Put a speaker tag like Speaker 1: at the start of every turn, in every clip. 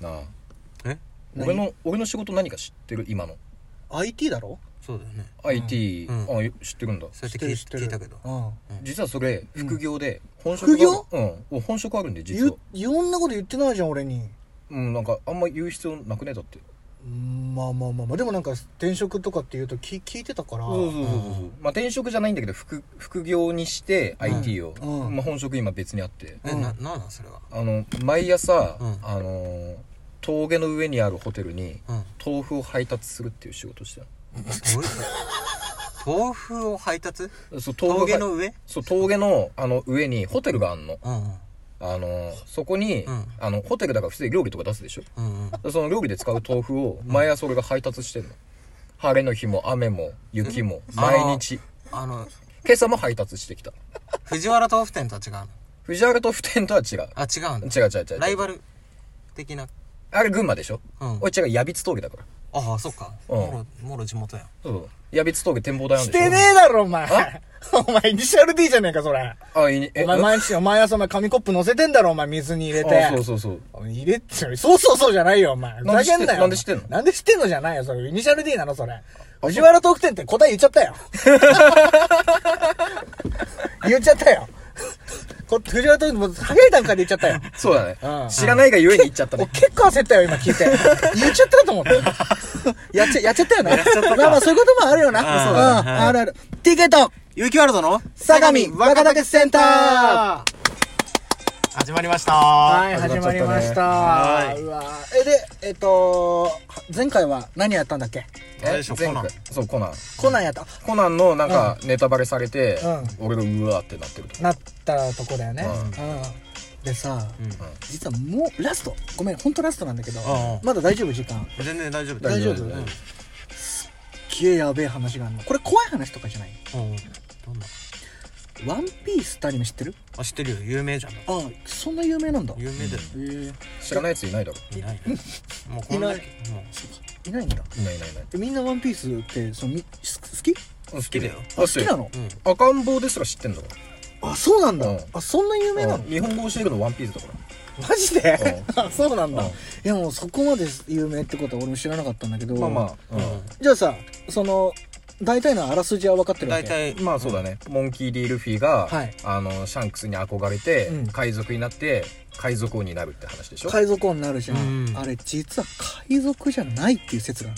Speaker 1: なあ
Speaker 2: え
Speaker 1: 俺の俺の仕事何か知ってる今の
Speaker 3: IT だろ
Speaker 2: そうだよね
Speaker 1: IT、
Speaker 2: うん
Speaker 1: あ知ってるんだ
Speaker 2: そうやって
Speaker 3: 知って
Speaker 2: 聞
Speaker 3: る
Speaker 2: い
Speaker 3: 知って
Speaker 2: 聞
Speaker 3: る
Speaker 2: いたけど
Speaker 3: うん
Speaker 1: 実はそれ
Speaker 3: うん
Speaker 1: 副業で本職
Speaker 3: 副業
Speaker 1: がうん本職あるんで実
Speaker 3: 言
Speaker 1: は
Speaker 3: ういろんなこと言ってないじゃん俺に
Speaker 1: うんなんかあんま言う必要なくねだって
Speaker 3: うんまあまあまあまあでもなんか転職とかっていうと聞聞いてたから
Speaker 1: そうそうそうそう
Speaker 2: う
Speaker 1: まあ転職じゃないんだけど副副業にして IT を、
Speaker 3: うん
Speaker 1: まあ、本職今別にあって
Speaker 2: え
Speaker 3: うん
Speaker 2: ななんなんそれは
Speaker 1: あの毎朝、
Speaker 2: うん
Speaker 1: あのー峠の上にあるホテルに
Speaker 2: うん
Speaker 1: 豆腐を配達するっていう仕事して
Speaker 2: どういうこと豆腐を配達
Speaker 1: るそう豆腐
Speaker 2: 峠
Speaker 1: が
Speaker 2: の上
Speaker 1: そう峠のあの上にホテルがあんの
Speaker 2: うんうん
Speaker 1: あのーそこに、
Speaker 2: うん
Speaker 1: あのホテルだから普通に料理とか出すでしょ
Speaker 2: うんうん
Speaker 1: その料理で使う豆腐を毎朝俺が配達してんの晴れの日も雨も雪も
Speaker 2: うん
Speaker 1: 毎日
Speaker 2: あの
Speaker 1: 今朝も配達してきた
Speaker 2: 藤原豆腐店とは違うの
Speaker 1: 藤原と普天とは違う
Speaker 2: あ違うんだ
Speaker 1: 違う違う違う
Speaker 2: ライバル的な
Speaker 1: あれ群馬でしょ
Speaker 2: うん
Speaker 1: 俺違う矢筆峠だから
Speaker 2: ああそっか
Speaker 1: うん
Speaker 2: もろもろ地元やん
Speaker 1: そうそう矢筆峠展望台なんで
Speaker 3: し
Speaker 1: しょ
Speaker 3: てねえだろお前
Speaker 1: あ
Speaker 3: お前イニシャル D じゃねえかそれ
Speaker 1: あいいねえ
Speaker 3: お前
Speaker 1: うん
Speaker 3: 毎日お前朝お前紙コップ乗せてんだろお前水に入れて
Speaker 1: あそうそうそう
Speaker 3: お前入れてそうそうそうじゃないよお前ふ
Speaker 1: なん
Speaker 3: ざ
Speaker 1: で知っ
Speaker 3: け
Speaker 1: て
Speaker 3: んなよ
Speaker 1: なんで知ってんの
Speaker 3: なんで知ってんのじゃないよそれイニシャル D なのそれ藤原特典って答え言っちゃったよ言っちゃったよこ藤原特典もうハゲたんかで言っちゃったよ
Speaker 1: そうだね
Speaker 3: うん
Speaker 1: 知らないがゆえに行っちゃった
Speaker 3: お
Speaker 1: ね
Speaker 3: 結構焦ったよ、今聞いて。言っちゃったと思った。やっちゃ、やっちゃったよな。まあまあ、そういうこともあるよな。
Speaker 2: あー
Speaker 3: う
Speaker 2: そうだ
Speaker 3: ん、
Speaker 2: ねはい
Speaker 3: あるある。ティケット
Speaker 2: 有機ワールドの
Speaker 3: 相模若竹センタ
Speaker 2: ー始まりました
Speaker 3: はい、
Speaker 1: 始
Speaker 3: 始
Speaker 1: ま
Speaker 3: ま
Speaker 1: っち
Speaker 3: り
Speaker 1: ゃったね
Speaker 3: ました。
Speaker 2: はいう
Speaker 3: わーえ、で、えっと、前回は何やったんだっけ
Speaker 2: あれでしょ
Speaker 1: 前回
Speaker 2: コナン
Speaker 1: そうコナン
Speaker 3: コナンやった。
Speaker 1: コナンのなんかネタバレされて
Speaker 3: う
Speaker 1: 俺がうわーってなってると
Speaker 3: なったとこだよね。
Speaker 1: う
Speaker 3: うん。でさ、
Speaker 2: うん
Speaker 3: 実はもう、ラスト。ごめん、ほんとラストなんだけど
Speaker 2: うん、
Speaker 3: まだ大丈夫、時間。
Speaker 2: 全然大丈夫
Speaker 1: 大丈夫
Speaker 2: うん
Speaker 1: 大丈
Speaker 3: きえやべえ話があるの。これ怖い話とかじゃない
Speaker 2: うんどんな
Speaker 3: ワンピースってアニメ知ってる
Speaker 2: あ知ってるよ有名じゃん
Speaker 3: ああ、そんな有名なんだ。
Speaker 2: 有名だよ
Speaker 3: えー、
Speaker 1: 知らないやついないだろ
Speaker 2: いないねもうこんだけもう
Speaker 3: いないんだ
Speaker 1: いないいないいない
Speaker 3: えみんな「ワンピースってそのみす好き
Speaker 1: 好
Speaker 2: きだよ
Speaker 3: あ好きなの
Speaker 2: うん
Speaker 1: 赤ん坊ですら知ってんだか
Speaker 3: あそうなんだ、
Speaker 1: うん
Speaker 3: あそんな有名
Speaker 1: ら
Speaker 3: な
Speaker 1: う
Speaker 3: の
Speaker 1: ん日本語教えるのワンピースだから
Speaker 3: マジで
Speaker 1: う
Speaker 3: あ そうなんだ、
Speaker 1: うん
Speaker 3: いやもうそこまで有名ってことは俺も知らなかったんだけど
Speaker 1: まあまあうん
Speaker 3: じゃあさその大体のあらすじは分かってるわ
Speaker 2: 大
Speaker 3: け
Speaker 2: 体
Speaker 1: まあそうだね、モンキー・ D ・ルフィが、
Speaker 3: はい
Speaker 1: あのシャンクスに憧れて、
Speaker 3: うん
Speaker 1: 海賊になって海賊王になるって話でしょ
Speaker 3: 海賊王になるじゃん、
Speaker 2: うん
Speaker 3: あれ実は海賊じゃないっていう説が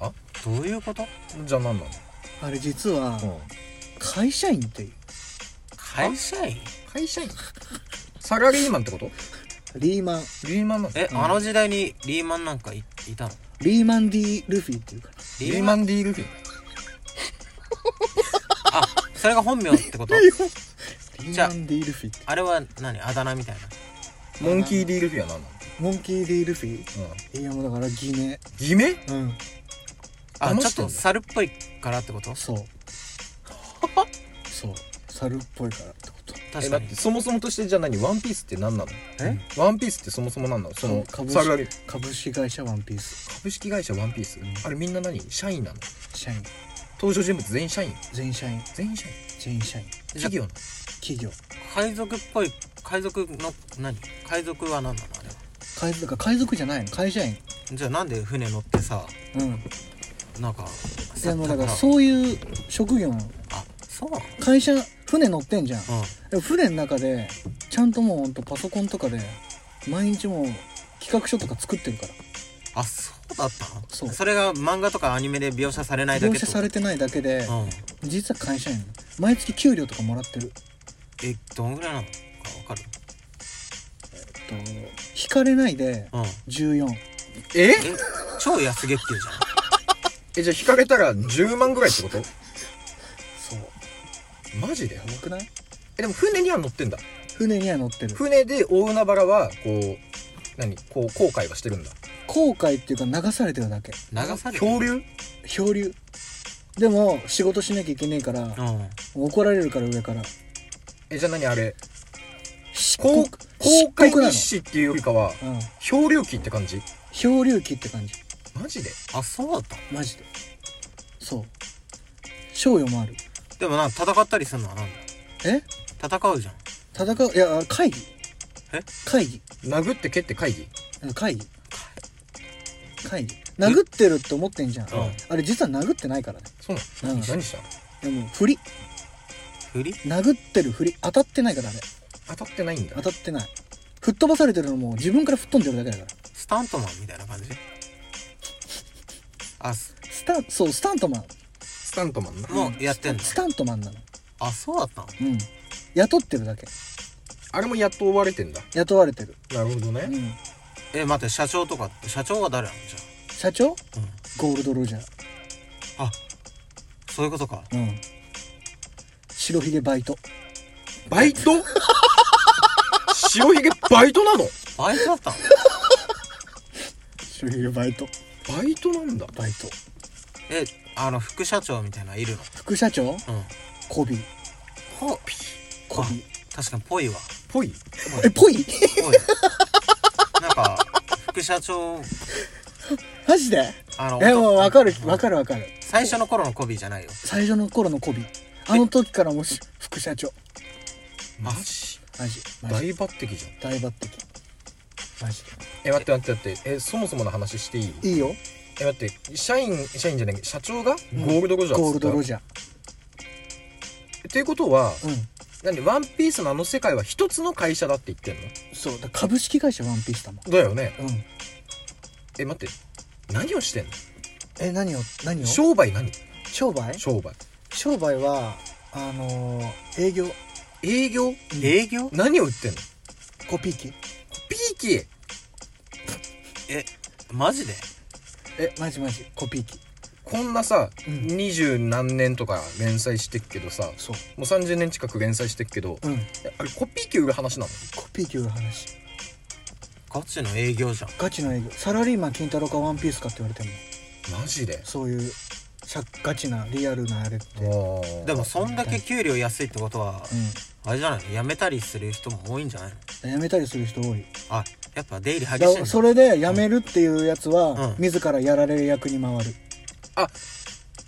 Speaker 3: ある
Speaker 2: どういうこと
Speaker 1: じゃあ何なの、
Speaker 3: あれ実は
Speaker 1: うん、
Speaker 3: 会社員っていう
Speaker 2: 会社員
Speaker 1: 会社員サラリーマンってこと
Speaker 3: リーマン
Speaker 1: リーマンなの
Speaker 2: えあの時代にリーマンなんかいいたの
Speaker 3: リーマン・ディ・ルフィっていうから
Speaker 1: リーマン・ D ・ルフィ
Speaker 2: あそれが本名ってこと
Speaker 3: リ
Speaker 2: じ
Speaker 3: ー
Speaker 2: ゃ
Speaker 3: マ
Speaker 2: あ
Speaker 3: ン・ディ・ルフィって
Speaker 2: あれは何あだ名みたいな
Speaker 1: モンキー・ D ・ルフィは何な
Speaker 3: モンキー・ディ・ルフィ
Speaker 1: の、うん、
Speaker 3: いやもうだから偽名
Speaker 1: 偽名
Speaker 3: うん
Speaker 2: あ
Speaker 1: 騙
Speaker 2: ちょっ
Speaker 1: してんの
Speaker 2: と猿っぽいからってこと
Speaker 3: そうそう猿っぽいからってこと
Speaker 1: えだ
Speaker 2: 確か
Speaker 1: っ
Speaker 2: に
Speaker 1: てそもそもとしてじゃあ何ワンピースって何なの
Speaker 3: え
Speaker 1: ワンピースってそもそも何なのその
Speaker 3: 株
Speaker 1: サラリ
Speaker 3: 式
Speaker 1: ー
Speaker 3: 株式会社ワンピース
Speaker 1: 株式会社ワンピース、あれみんな何社員なの
Speaker 3: 社員
Speaker 1: 登場人物全員社員
Speaker 3: 全員社員
Speaker 1: 全員社員
Speaker 3: 全員社員
Speaker 1: 企業の
Speaker 3: 企業
Speaker 2: 海賊っぽい海賊の何海賊は何なのあれは
Speaker 3: 海賊だから海賊じゃないの会社員
Speaker 2: じゃあなんで船乗ってさ
Speaker 3: うん
Speaker 2: なんか
Speaker 3: でもうだから
Speaker 2: う
Speaker 3: そういう職業なの
Speaker 2: あそうなの
Speaker 3: 会社船乗ってんじゃん
Speaker 2: うん
Speaker 3: でも船の中でちゃんともうほんとパソコンとかで毎日もう企画書とか作ってるから
Speaker 2: あそうだったの
Speaker 3: そう
Speaker 2: それが漫画とかアニメで描写されないだ
Speaker 3: 業
Speaker 2: け
Speaker 3: 者されてないだけで
Speaker 2: うん
Speaker 3: 実は会社員なの毎月給料とかもらってる
Speaker 2: えどんぐらいなのかわかる
Speaker 3: えっと引かれないで
Speaker 2: うん
Speaker 3: 14
Speaker 1: え
Speaker 2: え超安月給じゃ
Speaker 1: えじゃあ引かれたら10万ぐらいってこと
Speaker 3: そう
Speaker 1: マジで
Speaker 3: やばくない
Speaker 1: えでも船には乗ってんだ
Speaker 3: 船には乗ってる
Speaker 1: 船で大海原はこう何こう航海はしてるんだ
Speaker 3: 後悔っていうか流されてるだけ
Speaker 2: ん流されてる
Speaker 1: 恐竜
Speaker 3: 漂流でも仕事しなきゃいけねえから
Speaker 2: うん
Speaker 3: 怒られるから上から
Speaker 1: えじゃあ何あれ
Speaker 3: 漆
Speaker 1: 航
Speaker 3: 黒
Speaker 1: 航
Speaker 3: 漆
Speaker 1: 海
Speaker 3: 黒な
Speaker 1: 日誌っていうよりかは
Speaker 3: の、うん、
Speaker 1: 漂流記って感じ
Speaker 3: 漂流記って感じ
Speaker 1: マジで
Speaker 2: あそうだったの
Speaker 3: マジでそう賞与もある
Speaker 2: でもなんか戦ったりするのはなんだ
Speaker 3: え
Speaker 2: 戦うじゃん
Speaker 3: 戦ういや会議
Speaker 2: え
Speaker 3: 会議
Speaker 1: 殴って蹴って会議
Speaker 3: うん会議会議殴ってるって思ってんじゃん
Speaker 2: うん
Speaker 3: あれ実は殴ってないからね
Speaker 1: そうな
Speaker 3: うん
Speaker 1: の何したの
Speaker 3: でも振り
Speaker 2: 振り
Speaker 3: 殴ってる振り当たってないからあれ
Speaker 1: 当たってないんだ
Speaker 3: 当たってない吹っ飛ばされてるのも自分から吹っ飛んでるだけだから
Speaker 2: スタントマンみたいな感じあす
Speaker 3: スタそうスタントマン
Speaker 1: スタントマンな
Speaker 2: もうやってんの
Speaker 3: スタントマンなの
Speaker 2: あそうだったの
Speaker 3: うん雇ってるだけ
Speaker 1: あれもやっと追われてんだ
Speaker 3: 雇われてる、
Speaker 1: なるほど
Speaker 3: う
Speaker 1: ね
Speaker 3: ん、
Speaker 2: え待って社長とかって社長は誰なのじゃ
Speaker 3: 社長
Speaker 2: あ、うん
Speaker 3: ゴールド・ロジャー
Speaker 2: あそういうことか
Speaker 3: うん白ひげバイト
Speaker 1: バイ ト白ひげバイトなの
Speaker 2: バイトだったの
Speaker 3: 白ひげバイト
Speaker 1: バイトなんだ
Speaker 3: バイト
Speaker 2: えあの副社長みたいなのいる
Speaker 3: 副社長
Speaker 2: のうん
Speaker 3: コビー
Speaker 2: ほ
Speaker 3: コビー
Speaker 2: 確かにぽいわ
Speaker 1: ぽい
Speaker 3: えぽい
Speaker 2: ぽいなんか副社長
Speaker 3: マジで
Speaker 2: あの
Speaker 3: えもうわかるわ
Speaker 2: る
Speaker 3: かるわかる
Speaker 2: 最初の頃のコビーじゃないよ
Speaker 3: 最初の頃のコビーあの時からもし副社長
Speaker 1: マジ
Speaker 3: マジマ
Speaker 1: 大
Speaker 3: ジ
Speaker 1: 抜擢じゃん
Speaker 3: 大抜擢マジ
Speaker 1: え待って待って待ってえそもそもの話していい
Speaker 3: でいいよ
Speaker 1: え待って社員社員じゃない社長がゴールド・ロジャー
Speaker 3: ゴールド・ロ
Speaker 1: ャ
Speaker 3: ジャー
Speaker 1: ーっていうことは、
Speaker 3: うん
Speaker 1: なんでワンピースのあの世界は一つの会社だって言ってんの
Speaker 3: そうだ株式会社ワンピースだもん
Speaker 1: だよね
Speaker 3: うん
Speaker 1: え待って何をしてんの
Speaker 3: え何を何を
Speaker 1: 商売何
Speaker 3: 商売
Speaker 1: 商売
Speaker 3: 商売はあのー営業
Speaker 1: 営業
Speaker 2: 営業
Speaker 1: 何を売ってんの
Speaker 3: コピー機
Speaker 1: ピーキー
Speaker 2: えマジで
Speaker 3: マジマジコピー機
Speaker 1: こんなさ
Speaker 3: うん
Speaker 1: 二十、何年とか連載してっけどさも
Speaker 3: そう
Speaker 1: う30年近く連載してっけど
Speaker 3: うん
Speaker 1: えあれコピー機売る話なの
Speaker 3: コピー機売る話
Speaker 2: ガチの営業じゃん
Speaker 3: ガチの営業サラリーマン金太郎かワンピースかって言われても
Speaker 1: マジで
Speaker 3: そういうしゃガチなリアルなあれってうん
Speaker 1: で
Speaker 2: でもそんだけ給料安いってことはあれじゃないの辞めたりする人も多いんじゃないの
Speaker 3: 辞めたりする人多い
Speaker 2: あやっぱ出入り激しい
Speaker 3: だ
Speaker 2: んだ
Speaker 3: それで辞めるっていうやつは、
Speaker 2: うん
Speaker 3: 自らやられる役に回る
Speaker 1: あ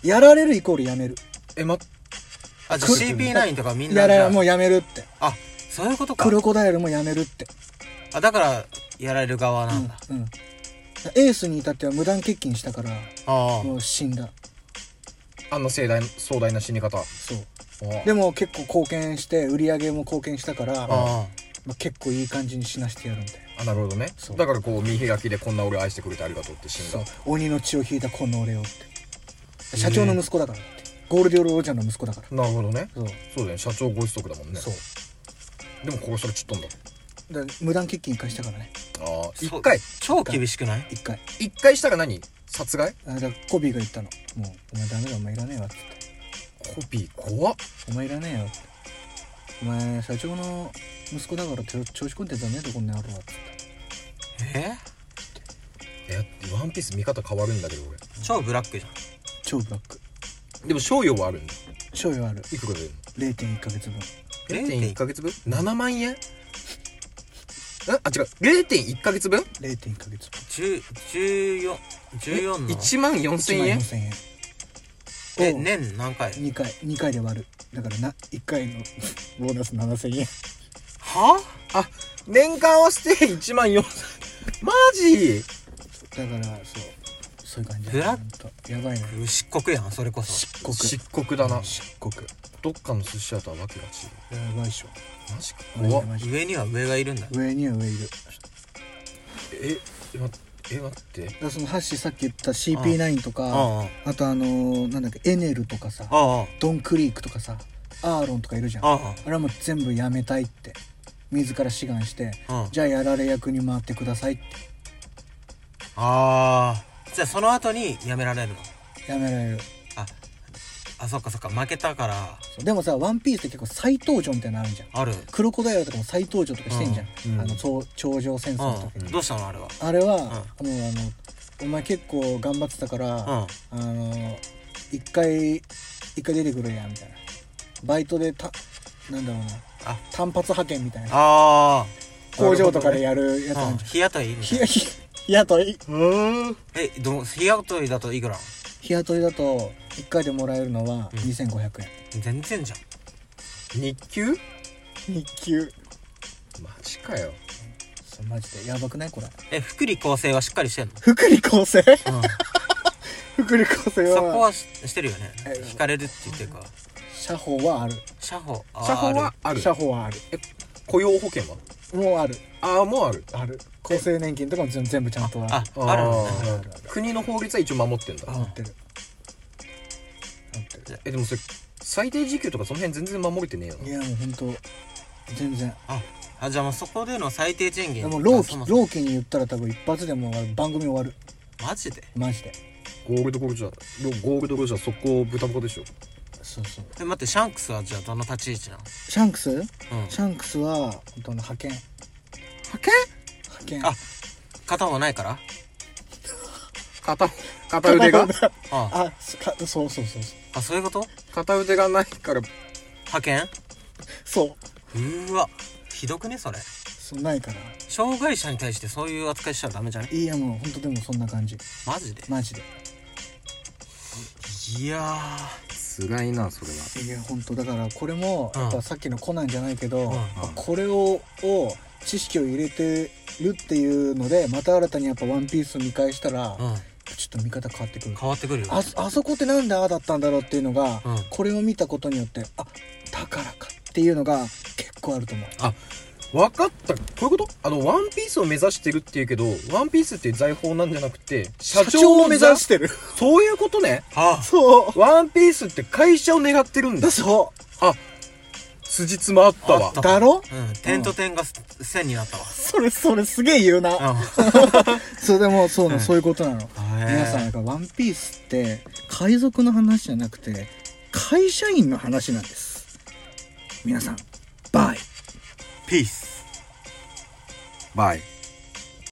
Speaker 3: やられるイコール辞める
Speaker 1: えま
Speaker 2: あじゃあ
Speaker 3: く
Speaker 2: CP9 とかみんな
Speaker 3: や
Speaker 2: じゃ
Speaker 3: ら
Speaker 2: あ
Speaker 3: もう辞めるって
Speaker 2: あそういうことか
Speaker 3: クロコダイルも辞めるって
Speaker 2: あだからやられる側なんだ、
Speaker 3: うん、うん、エースに至っては無断欠勤したから
Speaker 2: ああ
Speaker 3: もう死んだ
Speaker 1: あの盛大壮大な死に方
Speaker 3: そう
Speaker 1: で
Speaker 3: でも結構貢献して売り上げも貢献したから
Speaker 2: ああ
Speaker 3: まあ、結構いい感じに死なしてやるみたいな
Speaker 1: あなるほどね
Speaker 3: そう
Speaker 1: だからこう見開きでこんな俺愛してくれてありがとうって死ん
Speaker 3: そ
Speaker 1: だ
Speaker 3: う鬼の血を引いたこの俺をって社長の息子だからだって、ゴールデンロージャーの息子だから
Speaker 1: なるほどね
Speaker 3: そう
Speaker 1: そうだよね社長ご子息だもんね
Speaker 3: そう
Speaker 1: でも殺されちゃったんだ
Speaker 3: だから無断欠勤一回したからね
Speaker 1: ああ
Speaker 2: そう
Speaker 1: 一回
Speaker 2: 超厳しくない
Speaker 3: 一回
Speaker 1: 一回したら何殺害
Speaker 3: あだからコビーが言ったの「もうお前ダメだお前いらねえわ」っつって
Speaker 1: コピー怖っ
Speaker 3: 「お前いらねえよ」って「お前社長の息子だからちょ調子こんでんじゃねえとこんな野郎は」っつって
Speaker 2: え
Speaker 1: えワンピース見方変わるんだけど
Speaker 2: 超ブラックじゃん
Speaker 3: 超ブラック
Speaker 1: 俺でも賞与はあるんだ
Speaker 3: 賞与ある
Speaker 1: いくら出る
Speaker 3: 0.1ヶ月分
Speaker 1: の
Speaker 2: 0.1
Speaker 1: 0.1ヶ月分7万円ああ違う0.1ヶ月分
Speaker 3: 0.1ヶ月分
Speaker 2: 10 14 14の
Speaker 1: 1万4000
Speaker 3: 1
Speaker 1: 円
Speaker 3: 万4000円
Speaker 2: え
Speaker 3: を
Speaker 2: 年何回
Speaker 3: 2回2回で割るだからな1回の ボーナス7000円
Speaker 2: は
Speaker 1: あ年間合わせて1万4000マジ
Speaker 3: だからそうそういう感じ
Speaker 2: ブラッ
Speaker 3: クやばいな
Speaker 2: あ漆黒やんそれこそ
Speaker 3: 漆黒
Speaker 1: 漆黒だな
Speaker 3: 漆黒
Speaker 1: どっかの寿司屋とはわけが違
Speaker 3: やばいっしょ
Speaker 1: うマジか
Speaker 3: マジ
Speaker 1: 怖っ
Speaker 3: でマジで
Speaker 2: 上には上がいるんだ
Speaker 3: 上には上いる
Speaker 1: ええ待ってえ待って
Speaker 3: だからそのハッシーさっき言った CP9 と
Speaker 2: あ
Speaker 3: かあ
Speaker 2: ああ
Speaker 3: とあのー、なんだっけエネルとかさ
Speaker 2: あ
Speaker 3: ドンクリークとかさアーロンとかいるじゃん
Speaker 2: あ
Speaker 3: あ
Speaker 2: あ
Speaker 3: れはもう全部やめたいって自ら志願して
Speaker 2: あうん
Speaker 3: じゃあやられ役に回ってくださいって
Speaker 2: ああじゃあその後にやめられるの
Speaker 3: やめられる
Speaker 2: ああそっかそっか負けたから
Speaker 3: そうでもさ「ワンピースって結構再登場みたいなのあるじゃん
Speaker 2: ある
Speaker 3: クロコダイルとかも再登場とかしてんじゃん、
Speaker 1: うん
Speaker 3: あの頂頂上戦争の時
Speaker 2: う
Speaker 3: に、
Speaker 2: んどうしたのあれは
Speaker 3: あれは、もうあのお前結構頑張ってたから、
Speaker 2: うんあ
Speaker 3: あの一回一回出てくるやみたいなバイトでたなんだろうな
Speaker 2: あ
Speaker 3: 単発派遣みたいな
Speaker 2: あ
Speaker 3: 工場とかでやるやつ
Speaker 2: ー
Speaker 3: あ
Speaker 2: うん
Speaker 3: るじ
Speaker 2: 日雇いみた
Speaker 3: ゃ
Speaker 2: い
Speaker 3: ん、
Speaker 2: な
Speaker 3: 日日雇い
Speaker 1: うん
Speaker 2: えどう日雇いだといくらなの
Speaker 3: 日雇いだと一回でもらえるのは2500円、
Speaker 2: 全然じゃん
Speaker 1: 日給
Speaker 3: 日給
Speaker 1: マジかよ
Speaker 3: ちょマジでやばくないこれ
Speaker 2: え福利厚生はしっかりしてんの、
Speaker 3: 福利厚生
Speaker 2: うん、
Speaker 3: 福利厚生
Speaker 2: そこ
Speaker 3: は
Speaker 2: はししてるよね
Speaker 3: え
Speaker 2: 引かれるって言ってるか
Speaker 3: 社保はある
Speaker 2: 社保あ
Speaker 1: 社保はある
Speaker 3: 社保はある
Speaker 1: 雇用保険は
Speaker 3: もうある
Speaker 1: ああもうある
Speaker 3: ある厚生年金とかも全全部ちゃんとあ
Speaker 2: あ
Speaker 3: る
Speaker 2: るああるんだ
Speaker 1: あ
Speaker 3: あるある
Speaker 1: 国の法律は一応守ってんだ
Speaker 3: あ持ってる持ってる
Speaker 1: えでもそれ最低時給とかその辺全然守れてねえよ
Speaker 3: いやもう本当全然
Speaker 2: ああじゃあもうそこでの最低賃
Speaker 3: い
Speaker 2: 金
Speaker 3: やもう老
Speaker 2: あそ
Speaker 3: 期
Speaker 2: もそも
Speaker 3: 老期に言ったら多分一発でもう終わる番組終わる
Speaker 2: マジで
Speaker 3: マジで
Speaker 1: ゴールドゴルジャーゴールドゴルジャー速攻豚箱でしょ
Speaker 3: そうそう
Speaker 2: え待ってシャンクスはじゃあどの立ち位置なの
Speaker 3: シャンクス
Speaker 2: うん
Speaker 3: シャンクスは本当の派遣
Speaker 1: 派遣
Speaker 3: 派遣
Speaker 2: あ片方ないから
Speaker 1: 片片腕 が
Speaker 2: あ
Speaker 3: あすかそうそうそうそう
Speaker 2: あそういうこと
Speaker 1: 片腕がないから
Speaker 2: 派遣
Speaker 3: そう
Speaker 2: うーわひどくねそれ
Speaker 3: そうないから
Speaker 2: 障害者に対してそういう扱いしちゃダメじゃない
Speaker 3: いやもう本当でもそんな感じ
Speaker 2: マジで
Speaker 3: マジで
Speaker 2: いや
Speaker 1: 辛いなそれはい
Speaker 3: や本当だからこれも
Speaker 2: うん
Speaker 3: やっぱさっきのコナンじゃないけど、
Speaker 2: うん
Speaker 3: やっぱこれをを知識を入れてるっていうのでまた新たにやっぱ「ワンピース見返したら、
Speaker 2: ーうん
Speaker 3: ちょっと見方変わってくる
Speaker 2: 変わってくるよ
Speaker 3: ああそこってなんでああだったんだろうっていうのが、
Speaker 2: うん
Speaker 3: これを見たことによってあだからかっていうのが結構あると思う
Speaker 1: 分かったこういうことあの「ワンピースを目指してるっていうけど「ワンピースっていう財宝なんじゃなくて社長を目指す
Speaker 3: てる
Speaker 1: そういうことね
Speaker 2: あ
Speaker 3: そ
Speaker 1: 「ワンピースって会社を狙ってるん
Speaker 3: う
Speaker 1: だ
Speaker 3: だそ
Speaker 1: 辻褄あったわ
Speaker 2: あった
Speaker 3: うだろ
Speaker 2: うん点と点が線になったわ
Speaker 3: それそれすげえ言うな、
Speaker 2: うん
Speaker 3: それでもそうなの、
Speaker 2: うん
Speaker 3: そういうことなの、皆さん
Speaker 2: へ
Speaker 3: なんか「ワンピースって海賊の話じゃなくて会社員の話なんです皆さんバイ
Speaker 2: ーピース
Speaker 1: バイ